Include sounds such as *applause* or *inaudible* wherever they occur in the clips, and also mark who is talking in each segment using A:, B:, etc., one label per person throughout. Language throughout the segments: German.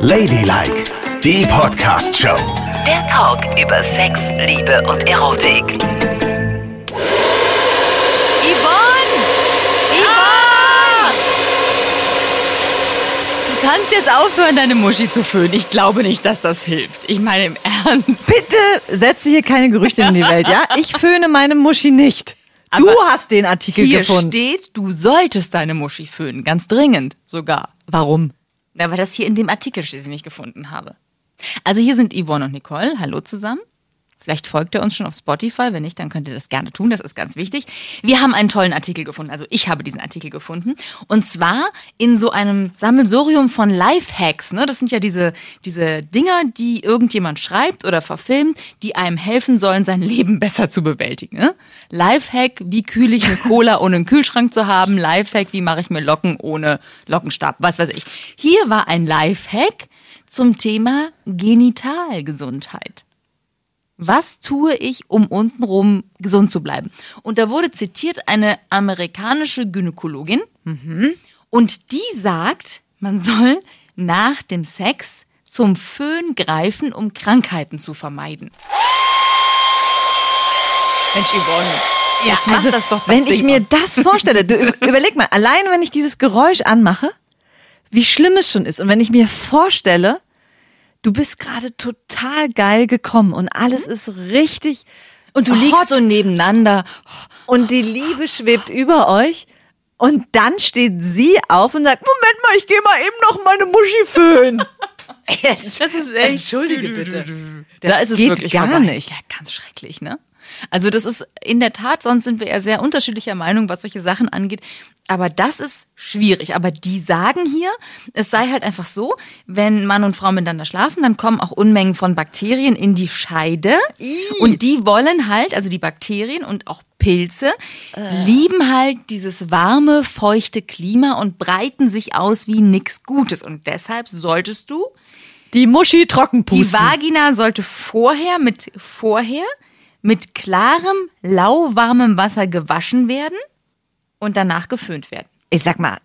A: Ladylike, die Podcast-Show.
B: Der Talk über Sex, Liebe und Erotik.
C: Yvonne! Yvonne! Du kannst jetzt aufhören, deine Muschi zu föhnen. Ich glaube nicht, dass das hilft. Ich meine im Ernst.
D: Bitte setze hier keine Gerüchte in die Welt, ja? Ich föhne meine Muschi nicht. du
C: Aber
D: hast den Artikel
C: Hier
D: gefunden.
C: steht, du solltest deine Muschi föhnen. Ganz dringend sogar.
D: Warum?
C: Na, weil das hier in dem Artikel steht, den ich gefunden habe. Also hier sind Yvonne und Nicole. Hallo zusammen. Vielleicht folgt ihr uns schon auf Spotify. Wenn nicht, dann könnt ihr das gerne tun. Das ist ganz wichtig. Wir haben einen tollen Artikel gefunden. Also ich habe diesen Artikel gefunden. Und zwar in so einem Sammelsurium von Lifehacks. Ne? Das sind ja diese, diese Dinger, die irgendjemand schreibt oder verfilmt, die einem helfen sollen, sein Leben besser zu bewältigen. Ne? Lifehack, wie kühle ich eine Cola ohne einen Kühlschrank zu haben. Lifehack, wie mache ich mir Locken ohne Lockenstab. Was weiß ich. Hier war ein Lifehack zum Thema Genitalgesundheit. Was tue ich, um untenrum gesund zu bleiben? Und da wurde zitiert eine amerikanische Gynäkologin. Mhm. Und die sagt, man soll nach dem Sex zum Föhn greifen, um Krankheiten zu vermeiden. Mensch, Yvonne. Ja, jetzt
D: Also,
C: mach das doch das
D: wenn ich
C: Ding
D: mir
C: an.
D: das vorstelle, du, ü- überleg mal, allein wenn ich dieses Geräusch anmache, wie schlimm es schon ist. Und wenn ich mir vorstelle, du bist gerade total geil gekommen und alles
C: Mhm.
D: ist richtig
C: Und du liegst
D: hot
C: so nebeneinander.
D: und die Liebe schwebt über euch. Und dann steht sie auf und sagt, Moment mal, ich gehe mal eben noch meine Muschi
C: *laughs*
D: föhnen.
C: Das ist echt.
D: Entschuldige bitte.
C: Da
D: Das
C: ist es
D: geht
C: wirklich
D: gar
C: vorbei.
D: nicht.
C: Ja, ganz schrecklich, ne? Also das ist in der Tat, sonst sind wir ja sehr unterschiedlicher Meinung, was solche Sachen angeht. Aber das ist schwierig. Aber die sagen hier, es sei halt einfach so, wenn Mann und Frau miteinander schlafen, dann kommen auch Unmengen von Bakterien in die Scheide. Und die wollen halt, also die Bakterien und auch Pilze,
D: Äh.
C: lieben halt dieses warme, feuchte Klima und breiten sich aus wie nix Gutes. Und deshalb solltest du
D: Die Muschi trocken
C: die
D: pusten.
C: Vagina sollte vorher mit vorher mit klarem, lauwarmem Wasser gewaschen werden und danach geföhnt werden.
D: ich sag mal,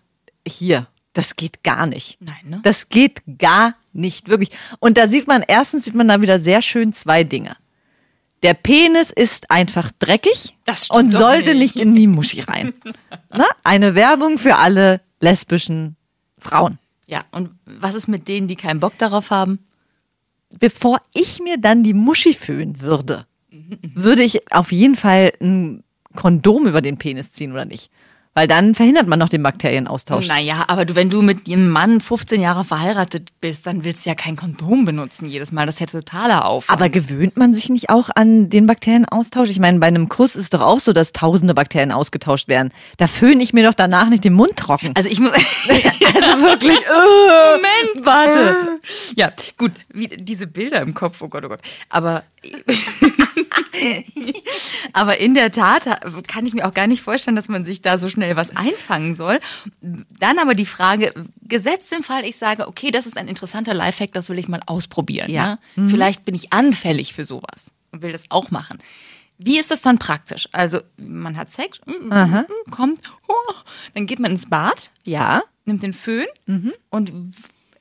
D: hier, das geht gar nicht.
C: Nein, ne?
D: Das geht gar nicht, wirklich. Und da sieht man, erstens sieht man da wieder sehr schön zwei Dinge. Der Penis ist einfach dreckig
C: Das stimmt
D: und
C: doch
D: sollte
C: nicht.
D: nicht. in die Muschi rein.
C: *laughs*
D: Na, eine Werbung für alle lesbischen Frauen.
C: Ja, und was ist mit denen, die keinen Bock darauf haben?
D: Bevor ich mir dann die Muschi föhnen würde, würde ich auf jeden Fall ein Kondom über den Penis ziehen oder nicht? Weil dann verhindert man noch den Bakterienaustausch.
C: Naja, aber du, wenn du mit einem Mann 15 Jahre verheiratet bist, dann willst du ja kein Kondom benutzen jedes Mal. Das ist ja totaler Aufwand.
D: Aber gewöhnt man sich nicht auch an den Bakterienaustausch? Ich meine, bei einem Kuss ist doch auch so, dass tausende Bakterien ausgetauscht werden. Da föhne ich mir doch danach nicht den Mund trocken.
C: also ich muss.
D: *laughs* Also wirklich, äh,
C: Moment.
D: warte.
C: ja, gut, wie, diese Bilder im Kopf, oh Gott, oh Gott. Aber, aber in der Tat äh, kann ich mir auch gar nicht vorstellen, dass man sich da so schnell was einfangen soll. Dann aber die Frage, gesetzt im Fall, ich sage, okay, das ist ein interessanter Lifehack, das will ich mal ausprobieren. Ja.
D: Ja.
C: Ne? Vielleicht bin ich anfällig für sowas und will das auch machen. Wie ist das dann praktisch? Also man hat Sex, mm, mm, mm, kommt, oh, dann geht man ins Bad,
D: Ja,
C: nimmt den Föhn
D: Mhm.
C: und w-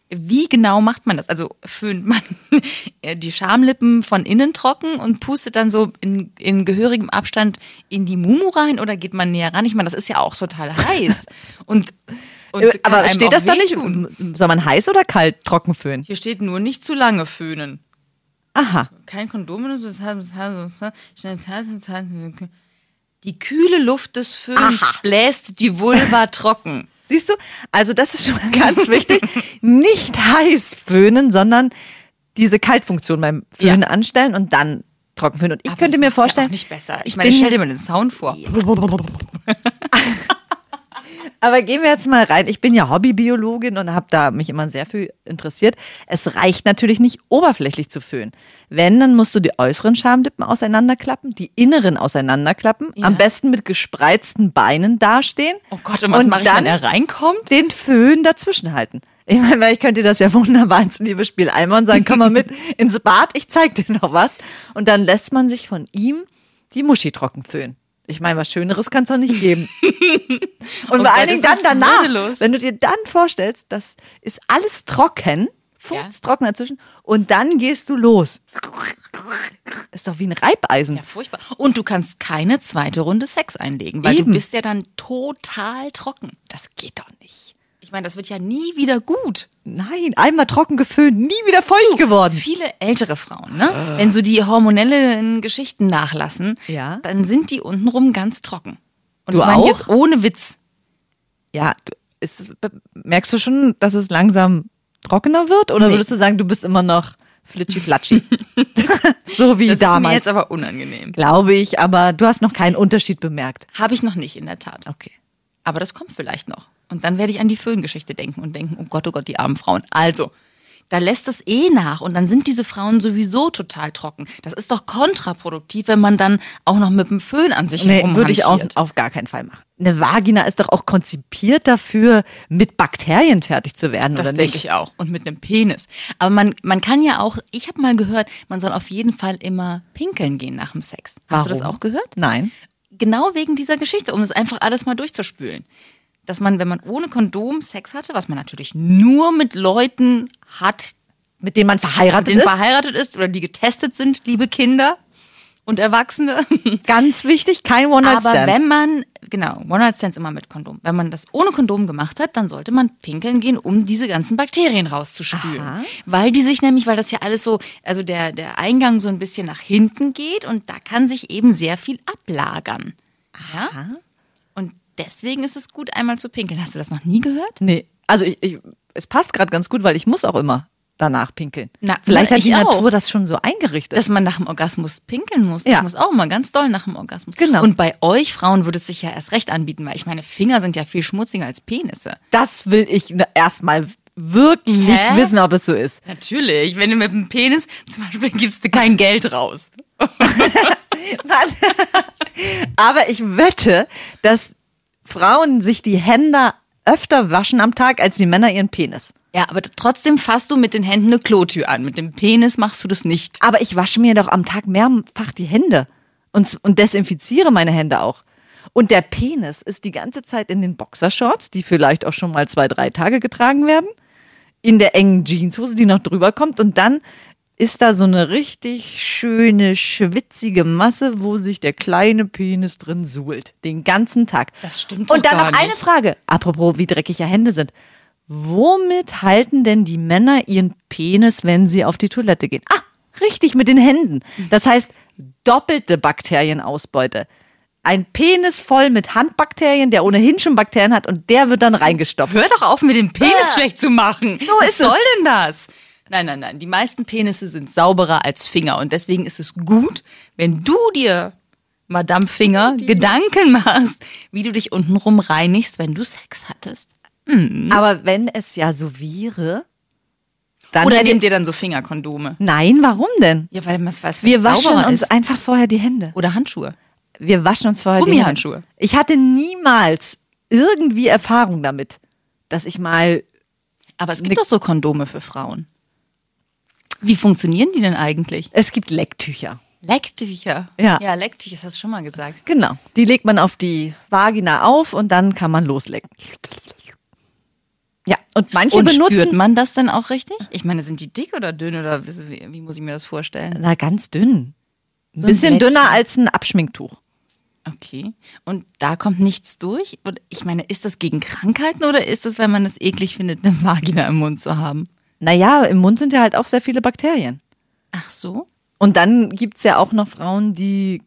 C: wie genau macht man das? Also föhnt man *laughs* die Schamlippen von innen trocken und pustet dann so in, in gehörigem Abstand in die Mumu rein oder geht man näher ran? Ich meine, das ist ja auch total
D: *laughs*
C: heiß. und, und kann
D: Äh, aber
C: einem auch
D: steht das da nicht?
C: wehtun.
D: Soll man heiß oder kalt trocken föhnen?
C: Hier steht nur nicht zu lange föhnen.
D: Aha.
C: Kein Kondom benutzen. das heißt, das heißt, das heißt, schnell tanzen, tanzen. Die kühle Luft des Föhns bläst die Vulva trocken.
D: Siehst du? Also das ist schon mal *laughs* ganz wichtig. Nicht heiß föhnen, sondern diese Kaltfunktion beim Föhnen
C: Ja.
D: anstellen und dann trocken föhnen. Und ich
C: Aber das
D: könnte mir
C: macht's ja auch
D: vorstellen,
C: nicht besser. Ich,
D: ich
C: meine,
D: bin-
C: stell dir mal den Sound vor.
D: Aber gehen wir jetzt mal rein. Ich bin ja Hobbybiologin und habe da mich immer sehr viel interessiert. Es reicht natürlich nicht, oberflächlich zu föhnen. Wenn, dann musst du die äußeren Schamlippen auseinanderklappen, die inneren auseinanderklappen, am besten mit gespreizten Beinen dastehen.
C: Oh Gott, und was mache ich, wenn er reinkommt?
D: Den Föhn dazwischen halten. Ich meine, weil ich könnte dir das ja wunderbar ins Liebespiel einmal und sagen, komm
C: *laughs*
D: mal mit ins Bad, ich zeig dir noch was. Und dann lässt man sich von ihm die Muschi trocken föhnen. Ich meine, was Schöneres kann es doch
C: *laughs*
D: nicht geben. Und
C: Oh
D: vor allen
C: Gott,
D: Dingen
C: das
D: dann
C: ist
D: danach,
C: würdelos.
D: wenn du dir dann vorstellst, das ist alles trocken, furztrocken dazwischen, und dann gehst du los. Ist doch wie ein Reibeisen.
C: Ja, furchtbar. Und du kannst keine zweite Runde Sex einlegen, weil
D: Eben.
C: du bist ja dann total trocken. Das geht doch nicht. Ich meine, das wird ja nie wieder gut.
D: Nein, einmal trocken geföhnt, nie wieder feucht geworden.
C: Viele ältere Frauen, ne? Wenn so die hormonellen Geschichten nachlassen,
D: Ja.
C: dann sind die untenrum ganz trocken. Und
D: Du
C: das meine ich
D: auch?
C: jetzt ohne Witz.
D: Ja, du, ist, be- merkst du schon, dass es langsam trockener wird? Oder
C: Nee.
D: würdest du sagen, du bist immer noch flitschi-flatschi?
C: *laughs*
D: *laughs* so wie
C: Das ist mir
D: damals.
C: jetzt aber unangenehm.
D: Glaube ich, aber du hast noch keinen Unterschied bemerkt.
C: Habe ich noch nicht, in der Tat.
D: Okay.
C: Aber das kommt vielleicht noch. Und dann werde ich an die Föhngeschichte denken und denken, oh Gott, oh Gott, die armen Frauen. Also, da lässt es eh nach und dann sind diese Frauen sowieso total trocken. Das ist doch kontraproduktiv, wenn man dann auch noch mit dem Föhn an sich
D: Nee, würde ich auch
C: rumhantiert.
D: auf gar keinen Fall machen. Eine Vagina ist doch auch konzipiert dafür, mit Bakterien fertig zu werden,
C: Das
D: oder
C: denke
D: nicht?
C: ich auch. Und mit einem Penis. Aber man, man kann ja auch, ich habe mal gehört, man soll auf jeden Fall immer pinkeln gehen nach dem Sex. Hast du das
D: Warum?
C: auch gehört?
D: Nein.
C: Genau wegen dieser Geschichte, um das einfach alles mal durchzuspülen. Dass man, wenn man ohne Kondom Sex hatte, was man natürlich nur mit Leuten hat,
D: Mit denen man verheiratet
C: denen
D: ist.
C: verheiratet ist oder die getestet sind, liebe Kinder und Erwachsene.
D: Ganz wichtig, kein
C: Aber
D: One-Night-Stand.
C: wenn man, genau, One-Night-Stands immer mit Kondom. Wenn man das ohne Kondom gemacht hat, dann sollte man pinkeln gehen, um diese ganzen Bakterien rauszuspülen. Weil die sich nämlich, weil das ja alles so, also der, der Eingang so ein bisschen nach hinten geht und da kann sich eben sehr viel ablagern. Ja? Und deswegen ist es gut, einmal zu pinkeln. Hast du das noch nie gehört?
D: Nee, also ich, ich, es passt gerade ganz gut, weil ich muss auch immer danach pinkeln.
C: Na,
D: Vielleicht
C: na,
D: hat die
C: ich auch.
D: Natur das schon so eingerichtet.
C: Dass man nach dem Orgasmus pinkeln muss.
D: Ja.
C: Ich muss auch mal ganz doll nach dem Orgasmus.
D: Genau.
C: Und bei euch Frauen würde es sich ja erst recht anbieten, weil ich meine, Finger sind ja viel schmutziger als Penisse.
D: das will ich ne- erstmal wirklich
C: Hä?
D: wissen, ob es so ist. *laughs*
C: Natürlich. Wenn du mit dem Penis zum Beispiel gibst du kein Geld raus.
D: Mann. Aber ich wette, dass Frauen sich die Hände öfter waschen am Tag, als die Männer ihren Penis.
C: Ja, aber trotzdem fasst du mit den Händen eine Klotür an. Mit dem Penis machst du das nicht.
D: Aber ich wasche mir doch am Tag mehrfach die Hände und, und desinfiziere meine Hände auch. Und der Penis ist die ganze Zeit in den Boxershorts, die vielleicht auch schon mal zwei, drei Tage getragen werden, in der engen Jeanshose, die noch drüber kommt. Und dann ist da so eine richtig schöne, schwitzige Masse, wo sich der kleine Penis drin suhlt. Den ganzen Tag.
C: Das stimmt
D: Und
C: doch
D: dann
C: gar
D: noch eine
C: nicht.
D: Frage. Apropos, wie dreckig ja Hände sind. Womit halten denn die Männer ihren Penis, wenn sie auf die Toilette gehen? Ah, richtig, mit den Händen. Das heißt, doppelte Bakterienausbeute. Ein Penis voll mit Handbakterien, der ohnehin schon Bakterien hat und der wird dann reingestopft.
C: Hör doch auf, mit dem Penis schlecht zu machen. Äh, So
D: ist
C: Was
D: es.
C: soll denn das? Nein, nein, nein. Die meisten Penisse sind sauberer als Finger. Und deswegen ist es gut, wenn du dir, Madame Finger, Gedanken machst, wie du dich untenrum reinigst, wenn du Sex hattest.
D: Aber wenn es ja so wäre, dann.
C: Oder
D: hätte-
C: nimm dir dann so Fingerkondome.
D: Nein, warum denn?
C: Ja, weil man es weiß,
D: Wir waschen
C: sauberer
D: uns
C: ist.
D: einfach vorher die Hände.
C: Oder Handschuhe.
D: Wir waschen uns vorher die
C: Gummihandschuhe.
D: Hände. Ich hatte niemals irgendwie Erfahrung damit, dass ich mal
C: Aber es gibt doch so Kondome für Frauen. Wie funktionieren die denn eigentlich?
D: Es gibt Lecktücher.
C: Lecktücher.
D: Ja.
C: Ja, Lecktücher, das hast du schon mal gesagt.
D: Genau. Die legt man auf die Vagina auf und dann kann man loslecken. Ja, und manche
C: Und spürt
D: benutzen.
C: man das denn auch richtig? Ich meine, sind die dick oder dünn oder wie, wie muss ich mir das vorstellen?
D: Na, ganz dünn. Ein
C: So ein
D: bisschen
C: Blättchen.
D: dünner als ein Abschminktuch.
C: Okay. Und da kommt nichts durch? Und ich meine, ist das gegen Krankheiten oder ist das, wenn man es eklig findet, eine Vagina im Mund zu haben?
D: Naja, im Mund sind ja halt auch sehr viele Bakterien.
C: Ach so?
D: Und dann gibt es ja auch noch Frauen, die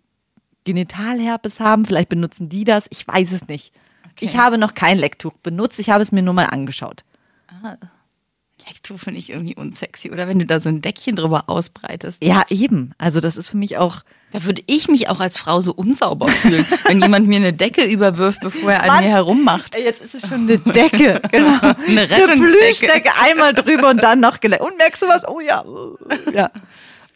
D: Genitalherpes haben. Vielleicht benutzen die das. Ich weiß es nicht. Ich habe noch kein Lecktuch benutzt. Ich habe es mir nur mal angeschaut.
C: Lecktuch finde ich irgendwie unsexy. Oder wenn du da so ein Deckchen drüber ausbreitest.
D: Ja, eben. Also, das ist für mich auch.
C: Da würde ich mich auch als Frau so unsauber *laughs* fühlen, wenn jemand mir eine Decke überwirft, bevor er an
D: Mann.
C: mir herummacht.
D: Ey, Äh, Jetzt ist es schon *laughs* eine Decke, genau.
C: Eine Rettungsdecke.
D: Plüschdecke einmal drüber und dann noch geleckt. Und merkst du was? Oh ja. ja.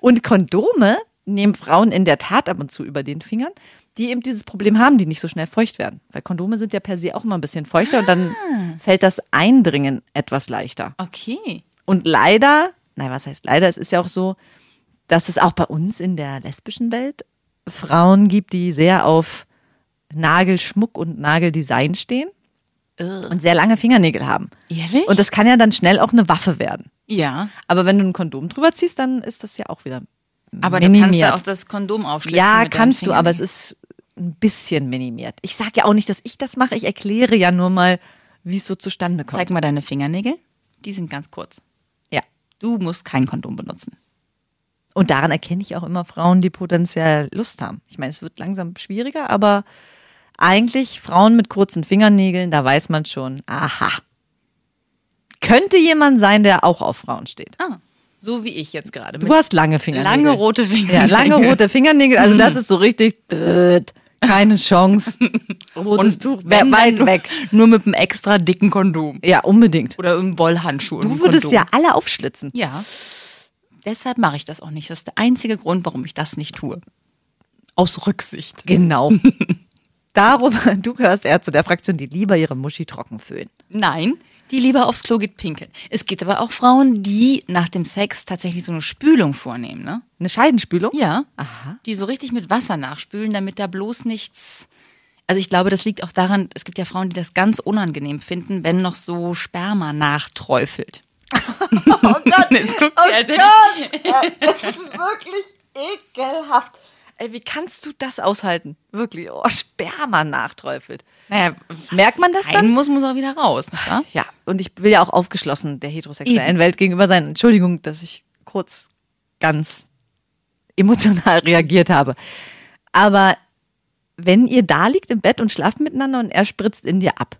D: Und Kondome nehmen Frauen in der Tat ab und zu über den Fingern, die eben dieses Problem haben, die nicht so schnell feucht werden. Weil Kondome sind ja per se auch immer ein bisschen feuchter und dann fällt das Eindringen etwas leichter.
C: Okay.
D: Und leider, nein, was heißt leider? Es ist ja auch so, dass es auch bei uns in der lesbischen Welt Frauen gibt, die sehr auf Nagelschmuck und Nageldesign stehen und sehr lange Fingernägel haben.
C: Ehrlich?
D: Und das kann ja dann schnell auch eine Waffe werden.
C: ja.
D: Aber wenn du ein Kondom drüber ziehst, dann ist das ja auch wieder
C: Aber
D: minimiert.
C: du kannst ja auch das Kondom aufschlitzen. mit
D: Ja,
C: deinen
D: kannst du,
C: Fingern.
D: aber es ist ein bisschen minimiert. Ich sage ja auch nicht, dass ich das mache. Ich erkläre ja nur mal, wie es so zustande kommt.
C: Zeig mal deine Fingernägel. Die sind ganz kurz.
D: Ja.
C: Du musst kein Kondom benutzen.
D: Und daran erkenne ich auch immer Frauen, die potenziell Lust haben. Ich meine, es wird langsam schwieriger, aber eigentlich Frauen mit kurzen Fingernägeln, da weiß man schon, aha. Könnte jemand sein, der auch auf Frauen steht.
C: Ah, so wie ich jetzt gerade.
D: Du hast lange Fingernägel.
C: lange rote
D: Ja,
C: Fingernägel. Mhm.
D: lange rote Fingernägel, also das ist so richtig, drrrt, keine Chance.
C: *laughs* *laughs*
D: Rotes
C: und
D: Tuch,
C: Tuch
D: we- weit weg.
C: Nur mit einem extra dicken Kondom.
D: Ja, unbedingt.
C: Oder im Wollhandschuh.
D: Du
C: im
D: würdest
C: Kondom.
D: ja alle aufschlitzen.
C: Ja. Deshalb mache ich das auch nicht. Das ist der einzige Grund, warum ich das nicht tue. Aus Rücksicht. *laughs*
D: Genau. Darum, *laughs* du gehörst eher zu der Fraktion, die lieber ihre Muschi trocken föhnt.
C: Nein, die lieber aufs Klo geht pinkeln. Es gibt aber auch Frauen, die nach dem Sex tatsächlich so eine Spülung vornehmen, ne?
D: Eine Scheidenspülung?
C: Ja.
D: Aha.
C: Die so richtig mit Wasser nachspülen, damit da bloß nichts. Also ich glaube, das liegt auch daran, es gibt ja Frauen, die das ganz unangenehm finden, wenn noch so Sperma nachträufelt.
D: *laughs* Oh Gott,
C: *laughs*
D: Oh
C: Jetzt guckt sie, als hätte-
D: Gott. das ist wirklich ekelhaft. Ey, wie kannst du das aushalten? Wirklich, oh, Sperma nachträufelt.
C: Naja,
D: Merkt man das dann?
C: Rein muss, muss auch wieder raus, nicht wahr?
D: Ja, und ich will ja auch aufgeschlossen der heterosexuellen
C: Eben.
D: Welt gegenüber sein. Entschuldigung, dass ich kurz ganz emotional *laughs* reagiert habe. Aber wenn ihr da liegt im Bett und schlaft miteinander und er spritzt in dir ab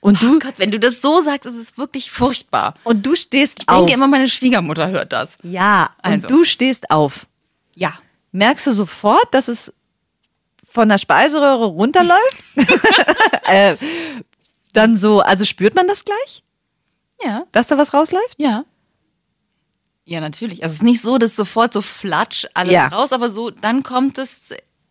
D: und du,
C: Oh Gott, wenn du das so sagst, ist es wirklich furchtbar.
D: und du stehst
C: Ich denke
D: auf.
C: immer, meine Schwiegermutter hört das.
D: ja, und
C: Also.
D: du stehst auf.
C: Ja.
D: merkst du sofort, dass es von der Speiseröhre runterläuft. *laughs* äh, dann so, also spürt man das gleich,
C: Ja.
D: dass da was rausläuft?
C: Ja. Ja, natürlich. Also es ist nicht so, dass sofort so flatsch alles
D: Ja.
C: raus, aber so, dann kommt es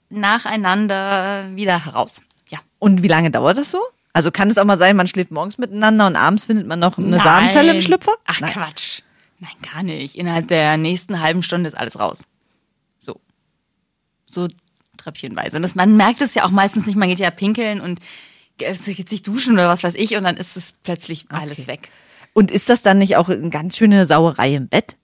C: nacheinander wieder heraus. Ja.
D: Und wie lange dauert das so? Also kann es auch mal sein, man schläft morgens miteinander und abends findet man noch eine
C: Nein.
D: Samenzelle im Schlüpfer?
C: Ach
D: Nein.
C: Quatsch. Nein, gar nicht. Innerhalb der nächsten halben Stunde ist alles raus. So. So tröpfchenweise. Und das, man merkt es ja auch meistens nicht, man geht ja pinkeln und äh, geht sich duschen oder was weiß ich und dann ist es plötzlich alles weg.
D: Und ist das dann nicht auch eine ganz schöne Sauerei im Bett?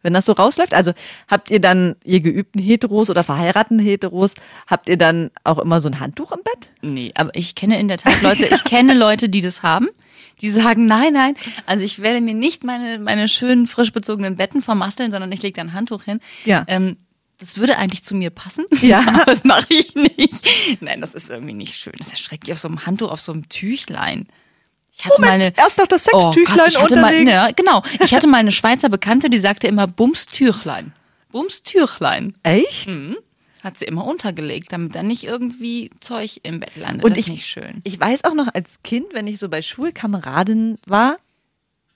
D: Wenn das so rausläuft? Also habt ihr dann, ihr geübten Heteros oder verheirateten Heteros, habt ihr dann auch immer so ein Handtuch im Bett?
C: Nee, aber ich kenne in der Tat Leute, ich kenne Leute, die das haben, die sagen, nein, nein, also ich werde mir nicht meine, meine schönen, frisch bezogenen Betten vermasseln, sondern ich lege da ein Handtuch hin.
D: Ja.
C: Ähm, das würde eigentlich zu mir passen.
D: Ja.
C: *laughs* aber Das mache ich nicht. Nein, das ist irgendwie nicht schön. Das ist ja schrecklich auf so einem Handtuch, auf so einem Tüchlein. Ich hatte
D: Moment,
C: mal eine,
D: erst noch das Sextüchlein
C: oh Gott, ich hatte mal,
D: unterlegen.
C: ja, Genau. Ich hatte mal eine Schweizer Bekannte, die sagte immer Bumstüchlein. Bumstüchlein
D: Echt?
C: hat sie immer untergelegt, damit dann nicht irgendwie Zeug im Bett landet.
D: Und
C: das
D: ich,
C: ist nicht schön.
D: Ich weiß auch noch als Kind, wenn ich so bei Schulkameradinnen war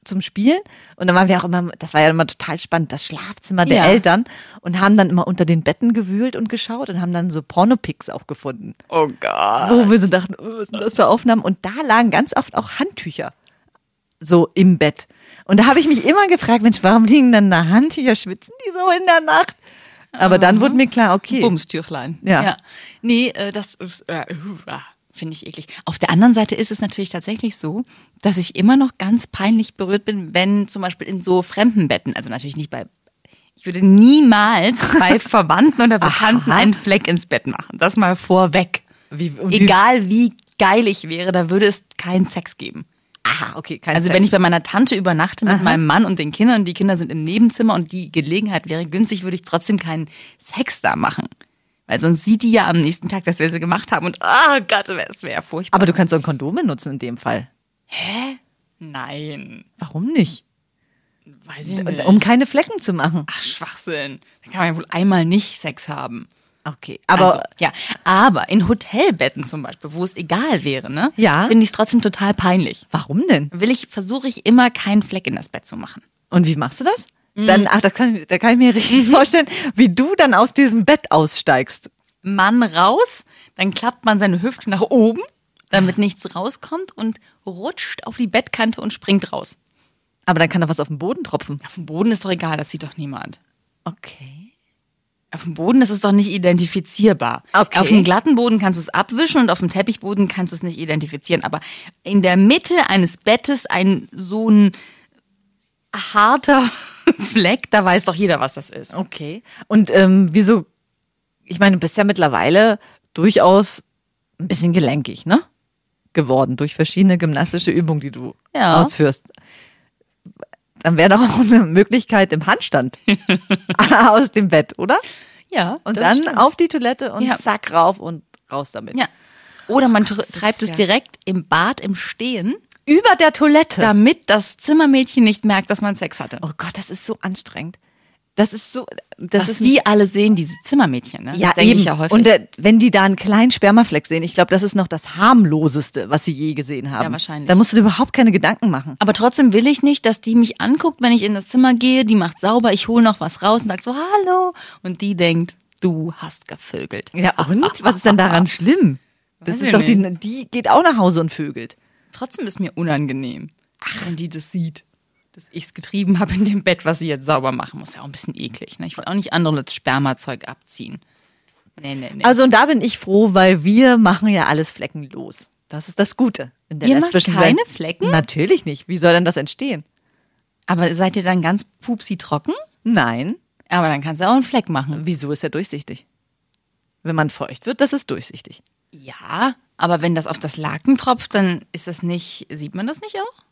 D: zum Spielen und dann waren wir auch immer, das war ja immer total spannend, das Schlafzimmer der
C: Ja.
D: Eltern und haben dann immer unter den Betten gewühlt und geschaut und haben dann so Pornopics auch gefunden,
C: Oh Gott.
D: wo wir so dachten, oh, was sind das für Aufnahmen und da lagen ganz oft auch Handtücher so im Bett und da habe ich mich immer gefragt, Mensch, warum liegen dann da Handtücher, schwitzen die so in der Nacht? Aber dann wurde mir klar, okay,
C: Bumstürchlein.
D: Ja.
C: Nee, äh, das ist, äh, hu, ah, finde ich eklig. Auf der anderen Seite ist es natürlich tatsächlich so, dass ich immer noch ganz peinlich berührt bin, wenn zum Beispiel in so fremden Betten, also natürlich nicht bei, ich würde
D: *laughs*
C: niemals bei Verwandten oder Bekannten
D: Aha.
C: einen Fleck ins Bett machen. Das mal vorweg.
D: Wie- und wie-
C: Egal wie geil ich wäre, da würde es keinen Sex geben.
D: aha, okay, kein
C: Also
D: Sex.
C: wenn ich bei meiner Tante übernachte mit meinem Mann und den Kindern, die Kinder sind im Nebenzimmer und die Gelegenheit wäre günstig, würde ich trotzdem keinen Sex da machen. Weil sonst sieht die ja am nächsten Tag, dass wir sie gemacht haben und oh Gott, das wäre ja furchtbar.
D: Aber du kannst so ein Kondom benutzen in dem Fall.
C: Hä? Nein,
D: Warum nicht?
C: weiß ich
D: Und
C: nicht.
D: um keine Flecken zu machen.
C: oh, Ach, Schwachsinn. Da kann man ja wohl einmal nicht Sex haben.
D: Okay, aber
C: also, ja, aber in Hotelbetten zum Beispiel, wo es egal wäre, ne?
D: Ja.
C: Finde ich es trotzdem total peinlich.
D: warum denn?
C: Will ich, versuche ich immer keinen Fleck in das Bett zu machen.
D: Und wie machst du das? Dann, ach, das kann, da kann ich mir richtig vorstellen, wie du dann aus diesem Bett aussteigst.
C: Mann raus, dann klappt man seine Hüfte nach oben,
D: Ah.
C: damit nichts rauskommt und rutscht auf die Bettkante und springt raus.
D: Aber dann kann da was auf den Boden tropfen.
C: Auf dem Boden ist doch egal, das sieht doch niemand.
D: Okay.
C: Auf dem Boden, das ist doch nicht identifizierbar.
D: Okay.
C: Auf dem glatten Boden kannst du es abwischen und auf dem Teppichboden kannst du es nicht identifizieren. Aber in der Mitte eines Bettes ein so ein harter *laughs* Fleck, da weiß doch jeder, was das ist.
D: Okay. Und ähm, wieso, ich meine, du bist ja mittlerweile durchaus ein bisschen gelenkig, ne? Geworden durch verschiedene gymnastische Übungen, die du
C: Ja.
D: ausführst. Dann wäre doch auch eine Möglichkeit im Handstand aus dem Bett, oder?
C: Ja.
D: Und dann auf die Toilette und
C: Ja.
D: zack rauf und raus damit.
C: Ja. Oder man tr- treibt es
D: ja-
C: direkt im Bad im Stehen,
D: Über der *laughs* Toilette.
C: damit das Zimmermädchen nicht merkt, dass man Sex hatte.
D: oh Gott, das ist so anstrengend. Das ist so. Das
C: Dass
D: ist
C: die alle sehen, diese Zimmermädchen. Ne?
D: Ja,
C: das denke
D: eben.
C: ich ja häufig.
D: Und äh, wenn die da einen kleinen Spermafleck sehen, ich glaube, das ist noch das harmloseste, was sie je gesehen haben.
C: Ja, wahrscheinlich.
D: Da musst du dir überhaupt keine Gedanken machen.
C: aber trotzdem will ich nicht, dass die mich anguckt, wenn ich in das Zimmer gehe. Die macht sauber, ich hole noch was raus und sag so Hallo. Und die denkt, du hast gevögelt.
D: Ja, und? was ist denn daran schlimm? Das
C: Weiß ich
D: ist doch die,
C: nicht.
D: die geht auch nach Hause und vögelt.
C: Trotzdem ist mir unangenehm, wenn die das sieht, dass ich es getrieben habe in dem Bett, was sie jetzt sauber machen muss. Ja, auch ein bisschen eklig. Ne? Ich will auch nicht andere Leute Spermazeug abziehen. Nee, nee, nee.
D: Also und da bin ich froh, weil wir machen ja alles fleckenlos. Das ist das Gute in der
C: Ihr macht
D: lesbischen
C: keine
D: Welt.
C: Flecken?
D: Natürlich nicht. Wie soll denn das entstehen?
C: Aber seid ihr dann ganz pupsi trocken?
D: Nein.
C: Aber dann kannst du auch einen Fleck machen.
D: Wieso ist er durchsichtig? Wenn man feucht wird, das ist durchsichtig.
C: Ja, aber wenn das auf das Laken tropft, dann ist das nicht, sieht man das nicht auch?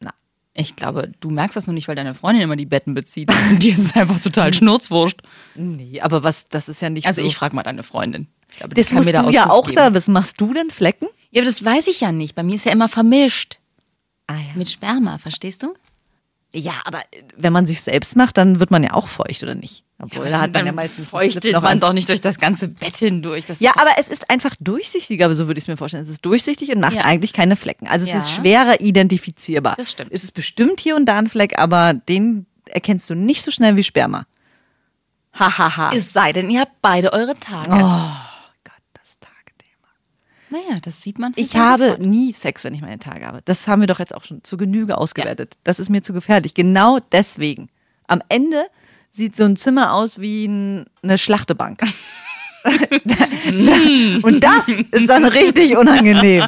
D: Na,
C: Ich glaube, du merkst das nur nicht, weil deine Freundin immer die Betten bezieht. *laughs* Und dir ist es einfach total schnurzwurscht.
D: nee, aber was? Das ist ja nicht
C: Also
D: Hm. so.
C: ich frage mal deine Freundin. Ich glaube, die
D: Das
C: kann
D: musst
C: mir da
D: du ja
C: Auskunft
D: auch
C: geben.
D: da. Was machst du denn? Flecken?
C: Ja, aber das weiß ich ja nicht. Bei mir ist ja immer vermischt
D: Ah, ja.
C: mit Sperma, verstehst du?
D: ja, aber wenn man sich selbst macht, dann wird man ja auch feucht, oder nicht? Obwohl, da hat man ja
C: Dann
D: meistens das
C: feuchtet
D: Lip noch
C: man
D: an.
C: doch nicht durch das ganze Bett hindurch. Das
D: Ja,
C: ist doch-
D: aber es ist einfach durchsichtiger, so würde ich es mir vorstellen. Es ist durchsichtig und macht
C: Ja.
D: eigentlich keine Flecken. Also es
C: Ja.
D: ist schwerer identifizierbar.
C: Das stimmt.
D: Es ist bestimmt hier und da ein Fleck, aber den erkennst du nicht so schnell wie Sperma. Hahaha. Ha, ha.
C: es sei denn, ihr habt beide eure Tage.
D: Oh, Gott, das Tagethema.
C: Naja, das sieht man. halt
D: Ich
C: dann
D: habe
C: sofort.
D: nie Sex, wenn ich meine Tage habe. Das haben wir doch jetzt auch schon zu Genüge ausgewertet. Das ist mir zu gefährlich. Genau deswegen. Am Ende sieht so ein Zimmer aus wie ein, eine Schlachtebank. Und das ist dann richtig unangenehm.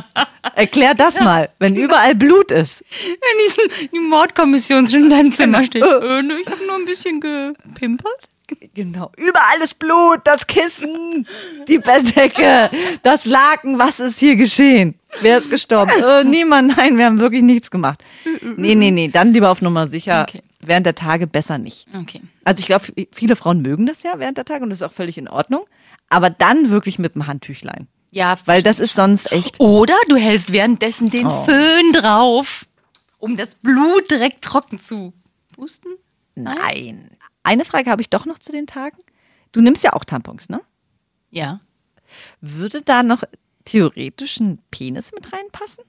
D: Erklär das mal, wenn überall Blut ist.
C: Wenn die, die Mordkommission schon in deinem Zimmer steht. äh, nö, ich habe nur ein bisschen gepimpert.
D: Genau. Überall ist Blut, das Kissen, die Bettdecke, das Laken. Was ist hier geschehen? Wer
C: *laughs*
D: ist gestorben? Äh, niemand, nein, wir haben wirklich nichts gemacht. Nee, nee, nee, dann lieber auf Nummer sicher.
C: Okay.
D: Während der Tage besser nicht.
C: Okay.
D: Also ich glaube, viele Frauen mögen das ja während der Tage und das ist auch völlig in Ordnung. Aber dann wirklich mit dem Handtüchlein.
C: Ja,
D: Weil das ist sonst echt.
C: Oder du hältst währenddessen den
D: Oh.
C: Föhn drauf, um das Blut direkt trocken zu pusten.
D: Nein. Eine Frage habe ich doch noch zu den Tagen. Du nimmst ja auch Tampons, ne?
C: Ja.
D: Würde da noch theoretisch ein Penis mit reinpassen?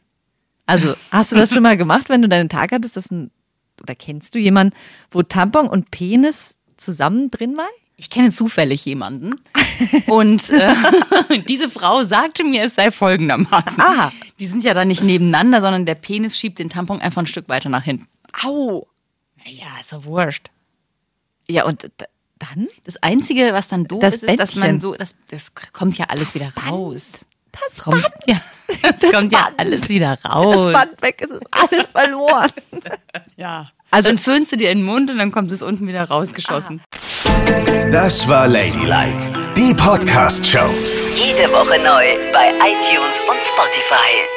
D: Also, hast du das schon mal gemacht, wenn du deinen Tag hattest, dass ein, oder kennst du jemanden, wo Tampon und Penis zusammen drin waren?
C: Ich kenne zufällig jemanden. *laughs* Und äh, *laughs* diese Frau sagte mir, es sei folgendermaßen.
D: Aha.
C: Die sind ja da nicht nebeneinander, sondern der Penis schiebt den Tampon einfach ein Stück weiter nach hinten.
D: Au!
C: Naja, ist doch wurscht.
D: Ja, und d- dann?
C: Das Einzige, was dann doof
D: Das
C: ist, ist, dass
D: Bettchen.
C: man so, das, das kommt ja alles wieder raus.
D: Das
C: Kommt, ja, *laughs* das
D: Das
C: kommt ja
D: Band.
C: alles wieder
D: Das
C: raus.
D: Band weg, es ist alles verloren.
C: Ja. Also
D: Also-
C: dann föhnst du dir in den Mund und dann kommt es unten wieder rausgeschossen.
A: Das war Ladylike, die Podcast-Show.
B: Jede Woche neu bei iTunes und Spotify.